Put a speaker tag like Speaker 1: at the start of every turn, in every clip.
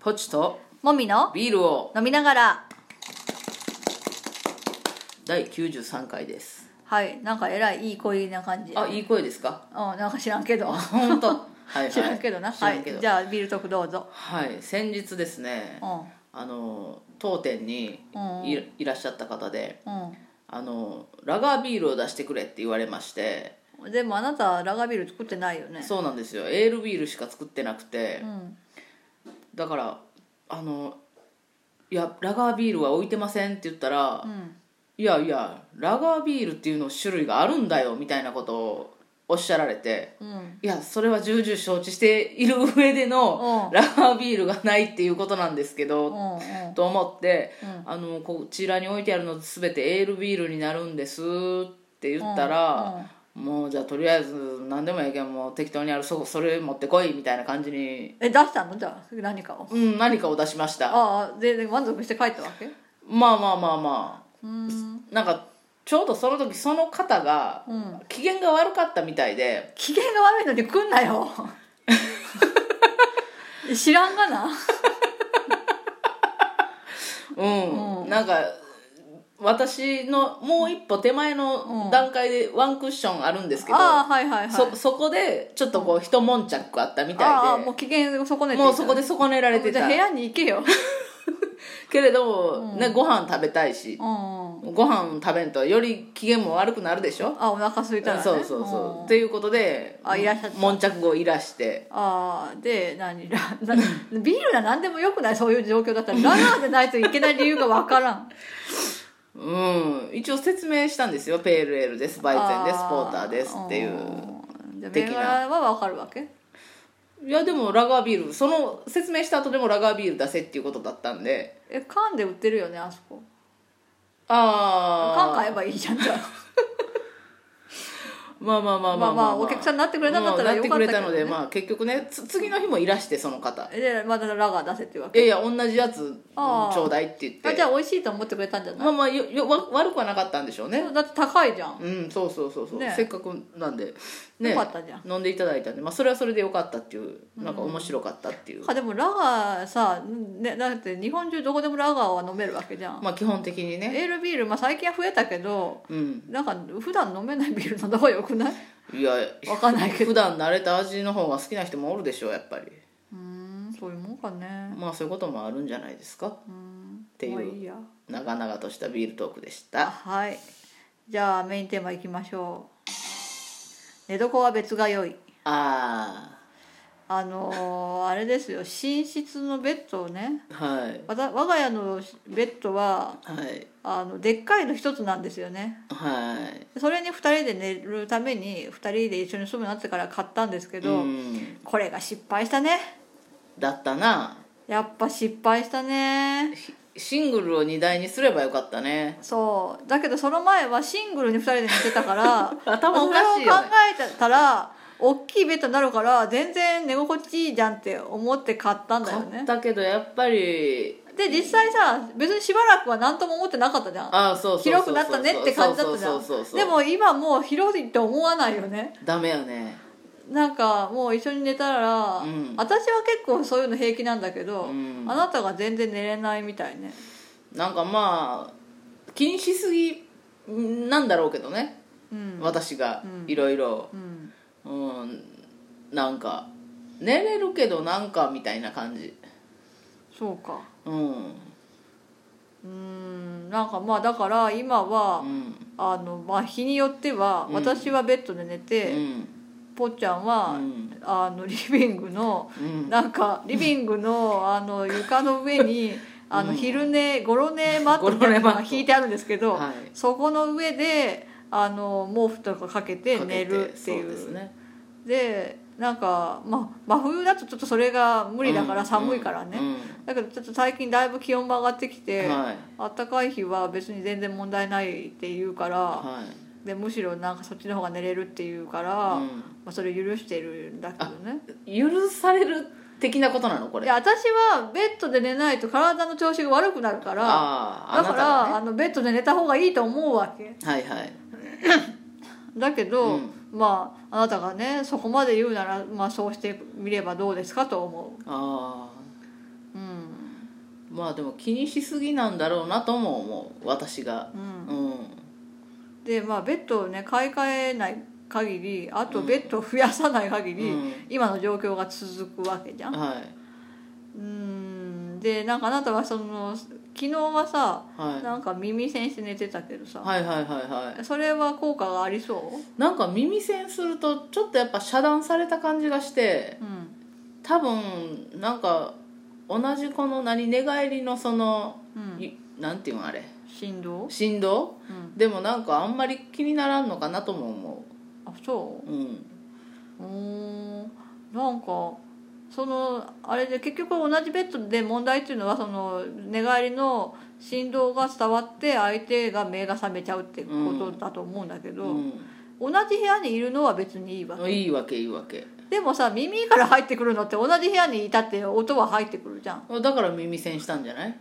Speaker 1: ポチと
Speaker 2: もみの
Speaker 1: ビールを
Speaker 2: 飲みながら
Speaker 1: 第93回です
Speaker 2: はいなんかえらいいい声な感じ
Speaker 1: あいい声です か
Speaker 2: うんなんか知らんけど
Speaker 1: 本当はい、はい、
Speaker 2: 知らんけどな
Speaker 1: 知ら
Speaker 2: は
Speaker 1: ん
Speaker 2: い
Speaker 1: けど
Speaker 2: じゃあビールトークどうぞ
Speaker 1: はい先日ですね
Speaker 2: うん
Speaker 1: あの当店に
Speaker 2: うん
Speaker 1: いいらっしゃった方で
Speaker 2: う
Speaker 1: あのラガービールを出してくれって言われまして
Speaker 2: んでもあなたラガービール作ってないよね
Speaker 1: そうなんですよエールビールしか作ってなくて
Speaker 2: うん
Speaker 1: だからあのいやラガービールは置いてませんって言ったら、
Speaker 2: うん
Speaker 1: いやいやラガービールっていうの種類があるんだよみたいなことをおっしゃられて
Speaker 2: うん
Speaker 1: いやそれは重々承知している上での
Speaker 2: うん
Speaker 1: ラガービールがないっていうことなんですけ
Speaker 2: うん
Speaker 1: ど
Speaker 2: うん
Speaker 1: と思って
Speaker 2: うん
Speaker 1: あのこちらに置いてあるの全てエールビールになるんですって言ったらもうじゃあとりあえず何でもええけんもう適当にあるそこそれ持ってこいみたいな感じに
Speaker 2: え出したのじゃあ何かを
Speaker 1: うん何かを出しました
Speaker 2: ああでで満足して帰ったわけ
Speaker 1: まあまあまあまあ
Speaker 2: うん
Speaker 1: なんかちょうどその時その方が
Speaker 2: うん
Speaker 1: 機嫌が悪かったみたいで
Speaker 2: 機嫌が悪いのに来んな よ知らんがな
Speaker 1: うん、
Speaker 2: うん
Speaker 1: なんか私のもう一歩手前
Speaker 2: う
Speaker 1: の
Speaker 2: ん
Speaker 1: 段階でワンクッションあるんですけど、
Speaker 2: ああはいはいはい
Speaker 1: そそこでちょっとこう一悶着あったみ
Speaker 2: あ
Speaker 1: た
Speaker 2: あ
Speaker 1: いで
Speaker 2: もう
Speaker 1: も
Speaker 2: 機嫌損ね
Speaker 1: う
Speaker 2: ていた
Speaker 1: そこで損ねられて
Speaker 2: じゃ
Speaker 1: た
Speaker 2: あ部屋に行けよ
Speaker 1: けれど、ね、ご飯食べたいし
Speaker 2: うん
Speaker 1: ご飯食べんとより機嫌も悪くなるでしょ、
Speaker 2: あお腹空いたら、ね、
Speaker 1: そうそうそう
Speaker 2: うん
Speaker 1: ということで
Speaker 2: あいらっしゃった
Speaker 1: 悶着をいらして
Speaker 2: ああで何ラなビールが何でもよくないそういう状況だったらラガーでないといけない理由がわからん
Speaker 1: うん一応説明したんですよペールエールですバイゼンですポーターですっていう
Speaker 2: うんじゃあ
Speaker 1: 的
Speaker 2: 銘
Speaker 1: な
Speaker 2: 柄はわかるわけ
Speaker 1: いやでもラガービールその説明した後でもラガービール出せっていうことだったんで
Speaker 2: え缶で売ってるよねあそこ缶
Speaker 1: あ
Speaker 2: 買えばいいじゃんじゃあ
Speaker 1: あまあまあまあまあ
Speaker 2: まあまあお客さんになってくれなかったら
Speaker 1: うん
Speaker 2: よかっ
Speaker 1: な
Speaker 2: たけ
Speaker 1: ってくれ
Speaker 2: どね
Speaker 1: たのでまあ結局ねつ次の日もいらしてその方
Speaker 2: えでまだラガー出せっていうわ
Speaker 1: いや
Speaker 2: け
Speaker 1: いや同じやつうん
Speaker 2: あー
Speaker 1: ちょうだいって言
Speaker 2: あ
Speaker 1: っ
Speaker 2: じゃ
Speaker 1: て
Speaker 2: あ美味しいと思ってくれたんじゃない
Speaker 1: まあまあよよわ悪くはなかったんでしょうね
Speaker 2: だって高いじゃん
Speaker 1: うんそうそうそうそう
Speaker 2: ね
Speaker 1: せっかくなんでね
Speaker 2: よかったじゃん
Speaker 1: 飲んでいただいたんでまあそれはそれでよかったっていうなんか面白かったっていう
Speaker 2: あでもラガーさ、ね、だって日本中どこでもラガーは飲めるわけじゃん、
Speaker 1: まあ基本的にね
Speaker 2: エールビール、まあ、最近は増えたけど
Speaker 1: うん
Speaker 2: なんか普段飲めないビール飲んだ方がよくない
Speaker 1: いや
Speaker 2: わかんないけど
Speaker 1: 普段慣れた味の方が好きな人もおるでしょうやっぱり
Speaker 2: うーんそういうもんかね
Speaker 1: まあそういうこともあるんじゃないですか
Speaker 2: うーん
Speaker 1: ていう
Speaker 2: まあいいや
Speaker 1: 長々としたビールトークでし
Speaker 2: あ
Speaker 1: た
Speaker 2: はいじゃあメインテーマいきましょう寝床は別が良い
Speaker 1: あ
Speaker 2: あのーあれですよ寝室のベッドをね
Speaker 1: あはい
Speaker 2: わた我が家のベッドは
Speaker 1: はい
Speaker 2: あのでっかいの一つなんですよね
Speaker 1: はい
Speaker 2: それに2人で寝るために2人で一緒に住むようになってから買ったんですけ
Speaker 1: う
Speaker 2: ど、
Speaker 1: ん
Speaker 2: これが失敗したね
Speaker 1: だったな
Speaker 2: やっぱ失敗したね
Speaker 1: ひシングルを荷台にすればよかったね
Speaker 2: そうだけどその前はシングルに2人で寝てたから
Speaker 1: 頭おかしいよね
Speaker 2: それを考えたら大きいベッドになるから全然寝心地いいじゃんって思って買ったんだよ
Speaker 1: 買
Speaker 2: ね
Speaker 1: ったけどやっぱり
Speaker 2: で実際さ別にしばらくは何とも思ってなかったじゃん
Speaker 1: ああそうそうそう
Speaker 2: 広
Speaker 1: そ
Speaker 2: く
Speaker 1: う
Speaker 2: なったねって感じだったじゃ
Speaker 1: そうそうそうそ
Speaker 2: ん
Speaker 1: う
Speaker 2: でも今もう広いって思わないよね
Speaker 1: ダメよね
Speaker 2: なんかもう一緒に寝たら、
Speaker 1: うん
Speaker 2: 私は結構そういうの平気なんだけど、
Speaker 1: うん
Speaker 2: あなたが全然寝れないみたいね
Speaker 1: なんかまあ気にしすぎなんだろうけどね
Speaker 2: うん、
Speaker 1: 私がいろいろ
Speaker 2: うん、
Speaker 1: うんなんか寝れるけどなんかみたいな感じ
Speaker 2: そうか
Speaker 1: うん
Speaker 2: うんなんかまあだから今は、
Speaker 1: うん
Speaker 2: あのまあ日によっては
Speaker 1: うん
Speaker 2: 私はベッドで寝
Speaker 1: う
Speaker 2: て、
Speaker 1: ん
Speaker 2: ぽっちゃんは、
Speaker 1: うん
Speaker 2: あのリビングの
Speaker 1: うん
Speaker 2: なんかリビングのあの床の上にあの昼寝ゴロ寝マットみたいなの
Speaker 1: ゴロ寝マ
Speaker 2: が
Speaker 1: ット
Speaker 2: 引いてあるんですけど、
Speaker 1: はい
Speaker 2: そこの上であの毛布とかかけて寝るってい
Speaker 1: そう
Speaker 2: う
Speaker 1: ですね
Speaker 2: でなんか、まあ、真冬だとちょっとそれが無理だから
Speaker 1: うん
Speaker 2: 寒いからね、
Speaker 1: うん
Speaker 2: だけどちょっと最近だいぶ気温も上がってきて、
Speaker 1: はい
Speaker 2: あったかい日は別に全然問題ないって言うから、
Speaker 1: はい
Speaker 2: でむしろなんかそっちの方が寝れるって言うから、
Speaker 1: う
Speaker 2: まあ、それ許してるんだけどね
Speaker 1: ん許される的なことなのこ
Speaker 2: い
Speaker 1: れ
Speaker 2: や私はベッドで寝ないと体の調子が悪くなるから
Speaker 1: あああ
Speaker 2: だ
Speaker 1: な
Speaker 2: か
Speaker 1: た
Speaker 2: らあ、
Speaker 1: がね
Speaker 2: のベッドで寝た方がいいと思うわけ
Speaker 1: はいはい
Speaker 2: だけど、
Speaker 1: うん
Speaker 2: まああなたがねそこまで言うなら、まあ、そうしてみればどうですかと思う
Speaker 1: ああ
Speaker 2: うん
Speaker 1: まあでも気にしすぎなんだろうなとも思う私が
Speaker 2: うん
Speaker 1: うん、
Speaker 2: でまあベッドをね買い替えない限りあとベッドを増やさない限り、
Speaker 1: うん
Speaker 2: 今の状況が続くわけじゃん
Speaker 1: はい
Speaker 2: うんでなんかあなたはその昨日はさ、
Speaker 1: はい
Speaker 2: なんか耳栓して寝てたけどさ、
Speaker 1: はいはいはいはい
Speaker 2: それは効果がありそ
Speaker 1: なんか耳栓するとちょっとやっぱ遮断された感じがして
Speaker 2: う、うん
Speaker 1: 多分なんか同じこの何寝返りのその、
Speaker 2: うん、
Speaker 1: いなんていうんあれ
Speaker 2: 振動、
Speaker 1: 振動
Speaker 2: うん、
Speaker 1: でもなんかあんまり気にならんのかなとも思
Speaker 2: あそう
Speaker 1: うん
Speaker 2: ううーんなんかそのあれで結局同じベッドで問題っていうのはその寝返りの振動が伝わって相手が目が覚めちゃうってことだと思うんだけど、
Speaker 1: う
Speaker 2: 同じ部屋にいるのは別にいいわ
Speaker 1: ん、
Speaker 2: け
Speaker 1: いいわけいいわけ
Speaker 2: でもさ耳から入ってくるのって同じ部屋にいたって音は入ってくるじゃん
Speaker 1: だから耳栓したんじゃない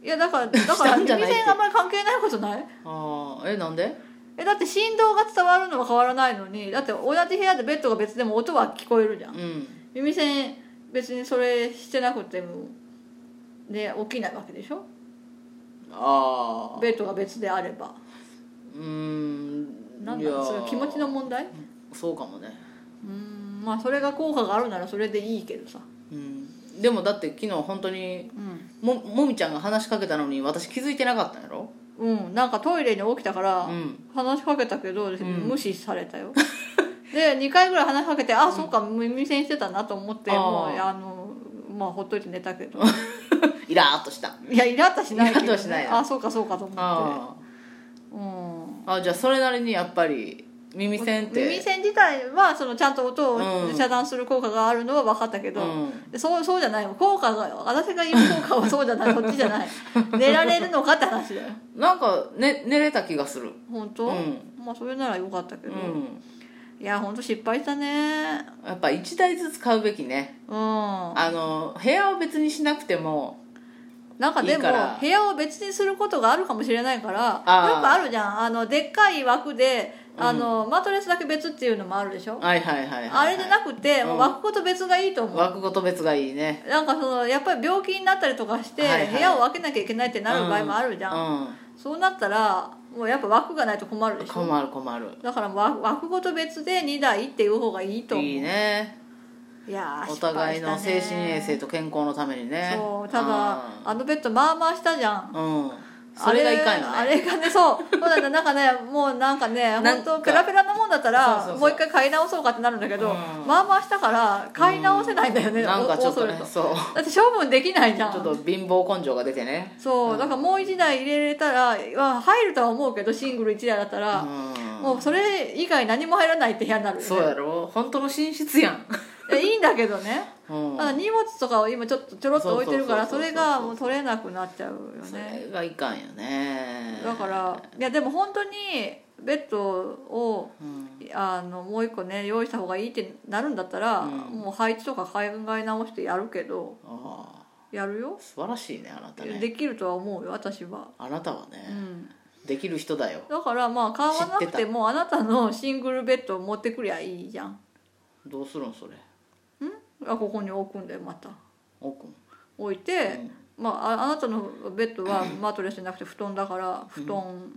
Speaker 2: いやだからだか
Speaker 1: した
Speaker 2: ら
Speaker 1: ん
Speaker 2: 耳
Speaker 1: じゃないって
Speaker 2: 栓あんまり関係ないことない
Speaker 1: ああえなんで
Speaker 2: えだって振動が伝わるのは変わらないのにだって同じ部屋でベッドが別でも音は聞こえるじゃん
Speaker 1: うん
Speaker 2: 耳栓別にそれしてなくてもで起きないわけでしょ
Speaker 1: ああ
Speaker 2: ベッドが別であれば
Speaker 1: うーん
Speaker 2: なん
Speaker 1: い
Speaker 2: だ
Speaker 1: や
Speaker 2: ろうそれは気持ちの問題
Speaker 1: そうかもね
Speaker 2: うんまあそれが効果があるならそれでいいけどさ
Speaker 1: うんでもだって昨日本当に
Speaker 2: うん、
Speaker 1: ももみちゃんが話しかけたのに私気づいてなかったんやろ
Speaker 2: うん、なんかトイレに起きたから
Speaker 1: うん
Speaker 2: 話しかけたけど、
Speaker 1: ん
Speaker 2: 無視されたよで2回ぐらい話しかけてあそうか耳栓してたなと思って
Speaker 1: あー
Speaker 2: もうあのまあほっといて寝たけど
Speaker 1: イラーっとした
Speaker 2: いやイラッとしないけ
Speaker 1: イラ
Speaker 2: ど、ね、
Speaker 1: ッとしないの
Speaker 2: あそうかそうかと思って
Speaker 1: あ
Speaker 2: うん
Speaker 1: ーあじゃあそれなりにやっぱり耳栓って
Speaker 2: 耳栓自体はそのちゃんと音を
Speaker 1: うん
Speaker 2: 遮断する効果があるのは分かったけど、
Speaker 1: うん
Speaker 2: でそうそうじゃないよ効果が私が言う効果はそうじゃないそっちじ ゃない寝られるのかって話だよ
Speaker 1: なんか、ね、寝れた気がする
Speaker 2: 本当、
Speaker 1: うん
Speaker 2: まあそれならよかったけ
Speaker 1: う
Speaker 2: ど、
Speaker 1: ん
Speaker 2: いや本当失敗したね
Speaker 1: やっぱ1台ずつ買うべきね
Speaker 2: うんな
Speaker 1: あの部屋を別にしなくても
Speaker 2: んかで
Speaker 1: いい
Speaker 2: も
Speaker 1: から
Speaker 2: 部屋を別にすることがあるかもしれないからよく
Speaker 1: あー
Speaker 2: あるじゃんあのでっかい枠であの、マットレスだけ別っていうのもあるでしょ、
Speaker 1: はいはいはいはい、
Speaker 2: あれじゃなくて、
Speaker 1: うん
Speaker 2: もう枠ごと別がいいと思う
Speaker 1: 枠ごと別がいいね
Speaker 2: なんかそのやっぱり病気になったりとかして
Speaker 1: はいはい
Speaker 2: 部屋を分けなきゃいけないってなる場合もあるじゃん、
Speaker 1: う
Speaker 2: そうなったらもうやっぱ枠がないと困るで
Speaker 1: ん
Speaker 2: しょ
Speaker 1: 困る困る
Speaker 2: だから枠枠ごと別で2台っていう方がいいと思う
Speaker 1: いいね
Speaker 2: いやー
Speaker 1: お互いの
Speaker 2: 失
Speaker 1: 精
Speaker 2: 敗した
Speaker 1: 神
Speaker 2: ね
Speaker 1: 衛生と健康のためにね
Speaker 2: そうただあのベッドまあまあしたじゃん
Speaker 1: うんそれがいかんよね
Speaker 2: あれあれがねそうそうなんだなんかねもうなんかね
Speaker 1: か
Speaker 2: 本当ペラペラなもんだった
Speaker 1: そう
Speaker 2: ら
Speaker 1: そうそう
Speaker 2: もう一回買い直そうかってなるんだけど、
Speaker 1: うん
Speaker 2: まあまあしたから買い直せないんだよね、
Speaker 1: なんかちょっとね
Speaker 2: おおそれ
Speaker 1: そう
Speaker 2: とだって処分できないじゃん
Speaker 1: ちょっと貧乏根性が出てね
Speaker 2: そう、だからもう1台入れれたらまあ入るとは思うけどシングル1台だった
Speaker 1: う
Speaker 2: ら、
Speaker 1: ん
Speaker 2: もうそれ以外何も入らないって部屋になるよね
Speaker 1: そうやろ本当の寝室やん、
Speaker 2: いやいいんだけどね、
Speaker 1: うん、
Speaker 2: ただ荷物とかを今ちょっとちょろっと置いてるから
Speaker 1: そ
Speaker 2: そう
Speaker 1: そう
Speaker 2: れ
Speaker 1: そうそう
Speaker 2: がもう取れなくなっちゃうよ
Speaker 1: そ
Speaker 2: ね
Speaker 1: れがいかんよね
Speaker 2: だからいやでも本当にベッドを
Speaker 1: うん
Speaker 2: あのもう一個ね用意した方がいいってなるんだったら、
Speaker 1: うん
Speaker 2: もう配置とか考え直してやるけど
Speaker 1: あ
Speaker 2: やるよ
Speaker 1: あ、素晴らしいねあなたね
Speaker 2: できるとは思うよ私は、
Speaker 1: あなたは
Speaker 2: う
Speaker 1: ね、
Speaker 2: ん、
Speaker 1: できる人だよ
Speaker 2: だからまあ買わな
Speaker 1: 知っ
Speaker 2: く
Speaker 1: て
Speaker 2: てもあなたのシングルベッドを持ってくりゃいいじゃん
Speaker 1: どうするんそれ
Speaker 2: あここに置くんだよまた
Speaker 1: 奥も
Speaker 2: 置いて、まあ、ああなたのベッド はマットレスじゃなくて布団だから布団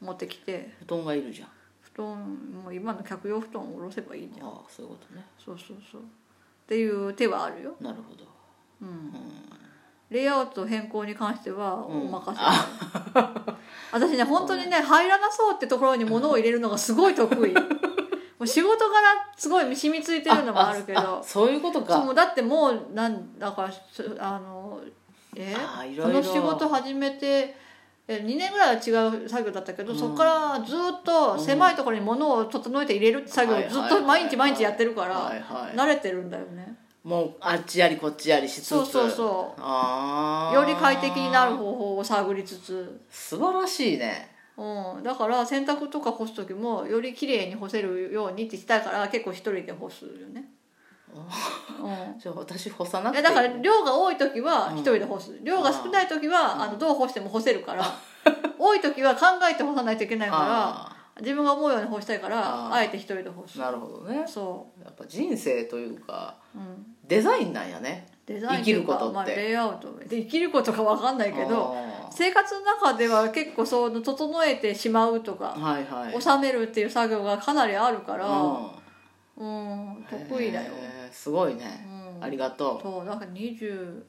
Speaker 2: 持ってきて
Speaker 1: 布団がいるじゃん
Speaker 2: 布団もう今の客用布団を下ろせばいいじゃん
Speaker 1: ああそういうことね
Speaker 2: そうそうそうっていう手はあるよ、
Speaker 1: なるほど
Speaker 2: うん、レイアウト変更に関してはお
Speaker 1: うん
Speaker 2: 任せ、 私ね本当にね入らなそうってところに物を入れるのがすごい得 意もう仕事柄すごい染みついてるのもあるけど
Speaker 1: そういうこと
Speaker 2: そう
Speaker 1: か
Speaker 2: もうだってもうなんだからそあのえ
Speaker 1: あーいろ
Speaker 2: こ
Speaker 1: いろ
Speaker 2: の仕事始めてえ2年ぐらいは違う作業だったけど、そこからずっと狭いところに物を整えて入れるって作業を
Speaker 1: はいはい
Speaker 2: ず
Speaker 1: は
Speaker 2: っ
Speaker 1: い
Speaker 2: と毎日毎日やってるから、
Speaker 1: はいはい
Speaker 2: 慣れてるんだよね
Speaker 1: もうあっちやりこっちやりしつつ
Speaker 2: そうそうそう
Speaker 1: ああ
Speaker 2: より快適になる方法を探りつつ、
Speaker 1: 素晴らしいね
Speaker 2: うん、だから洗濯とか干す時もより綺麗に干せるようにってしたいから結構一人で干すよ ね、うん、
Speaker 1: じゃあ私干さなくて
Speaker 2: え
Speaker 1: いい
Speaker 2: だから量が多い時は一人で干す、量が少ない時はあのどう干しても干せるから多い時は考えて干さないといけないか
Speaker 1: あ
Speaker 2: ら自分が思うように干したいから
Speaker 1: あー
Speaker 2: あえて一人で干す
Speaker 1: なるほどね
Speaker 2: そ
Speaker 1: やっぱ人生というか
Speaker 2: う、うん、
Speaker 1: デザインなんやね
Speaker 2: デザインとい
Speaker 1: 生き
Speaker 2: う
Speaker 1: ることって
Speaker 2: まあ、レイアウトで生きることかわかんないけど
Speaker 1: あ
Speaker 2: 生活の中では結構その整えてしまうと
Speaker 1: ー
Speaker 2: か
Speaker 1: はいはい
Speaker 2: 収めるっていう作業がかなりあるから、
Speaker 1: う
Speaker 2: うん、
Speaker 1: ん
Speaker 2: 得意だよ、
Speaker 1: へーすごいね
Speaker 2: うん、
Speaker 1: ありがと
Speaker 2: そうなんか20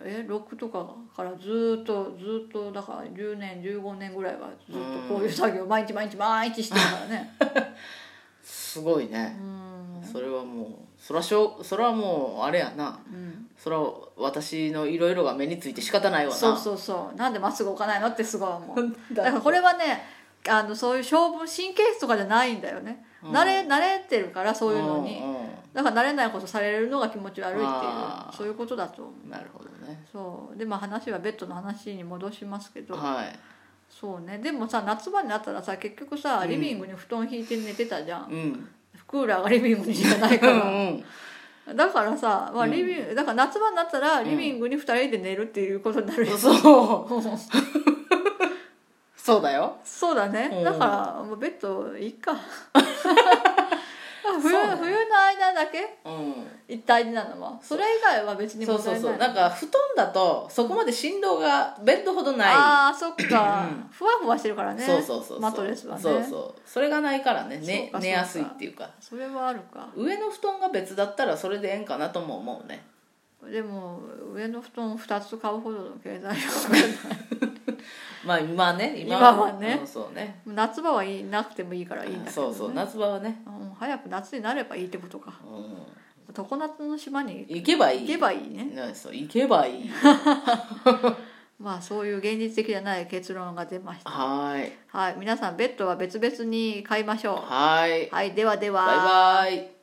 Speaker 2: え6とかからずーっとずーっとだから10年15年ぐらいはずっとこういう作業毎日毎日毎日してるからね
Speaker 1: うすごいね
Speaker 2: うん
Speaker 1: それはもうそらしょうそれはもうあれやな
Speaker 2: うん
Speaker 1: そら私のいろいろが目について仕方ないわな
Speaker 2: そうそうそうなんでまっすぐ置かないのってすごい思うだからこれはねあのそういう勝負神経質とかじゃないんだよね、
Speaker 1: うん
Speaker 2: 慣れ慣れてるからそういうのに、
Speaker 1: ん
Speaker 2: だから慣れないことされるのが気持ち悪いっていう
Speaker 1: あー
Speaker 2: そういうことだと思う
Speaker 1: うんなるほどね
Speaker 2: そうでまあ話はベッドの話に戻しますけど
Speaker 1: はい
Speaker 2: そうねでもさ夏場になったらさ結局さ
Speaker 1: うん
Speaker 2: リビングに布団引いて寝てたじゃん、
Speaker 1: うん
Speaker 2: クーラーがリビングにしかないか
Speaker 1: う
Speaker 2: ら
Speaker 1: ん
Speaker 2: だからさ、まあ、
Speaker 1: うん
Speaker 2: リビングだから夏場になったらリビングに2人で寝るっていうことになる
Speaker 1: う
Speaker 2: よ
Speaker 1: ん、そうそうだよ
Speaker 2: そうだね、
Speaker 1: うん
Speaker 2: だからもうベッドいい か冬
Speaker 1: そうね
Speaker 2: 冬の間だけ
Speaker 1: うん
Speaker 2: 一体なのはそれ以外は別に
Speaker 1: そう
Speaker 2: 問題な
Speaker 1: そ
Speaker 2: いう
Speaker 1: そうなんか布団だとそこまで振動がベッドほどない
Speaker 2: ああそっか、ふわふわしてるからね
Speaker 1: そうそうそうそう
Speaker 2: マットレスはね
Speaker 1: そうそうそれがないからね
Speaker 2: そう
Speaker 1: ね
Speaker 2: か
Speaker 1: 寝やすいっていうか
Speaker 2: それはあるか
Speaker 1: 上の布団が別だったらそれでええんかなとも思うね
Speaker 2: でも上の布団2つ買うほどの経済力
Speaker 1: まあ今はね
Speaker 2: 今はね
Speaker 1: うんそうね
Speaker 2: が 夏場はいなくてもいいからいいんだけど、ね、
Speaker 1: そうそう夏場はね、
Speaker 2: うん、早く夏になればいいってことか
Speaker 1: う
Speaker 2: 常夏の島に
Speaker 1: ん、行けばいい
Speaker 2: 行けばいいね
Speaker 1: ねそう行けばいい
Speaker 2: まあそういう現実的じゃない結論が出ました
Speaker 1: はーい
Speaker 2: はい皆さんベッドは別々に買いましょ
Speaker 1: はーいう
Speaker 2: はいではでは
Speaker 1: バイバイ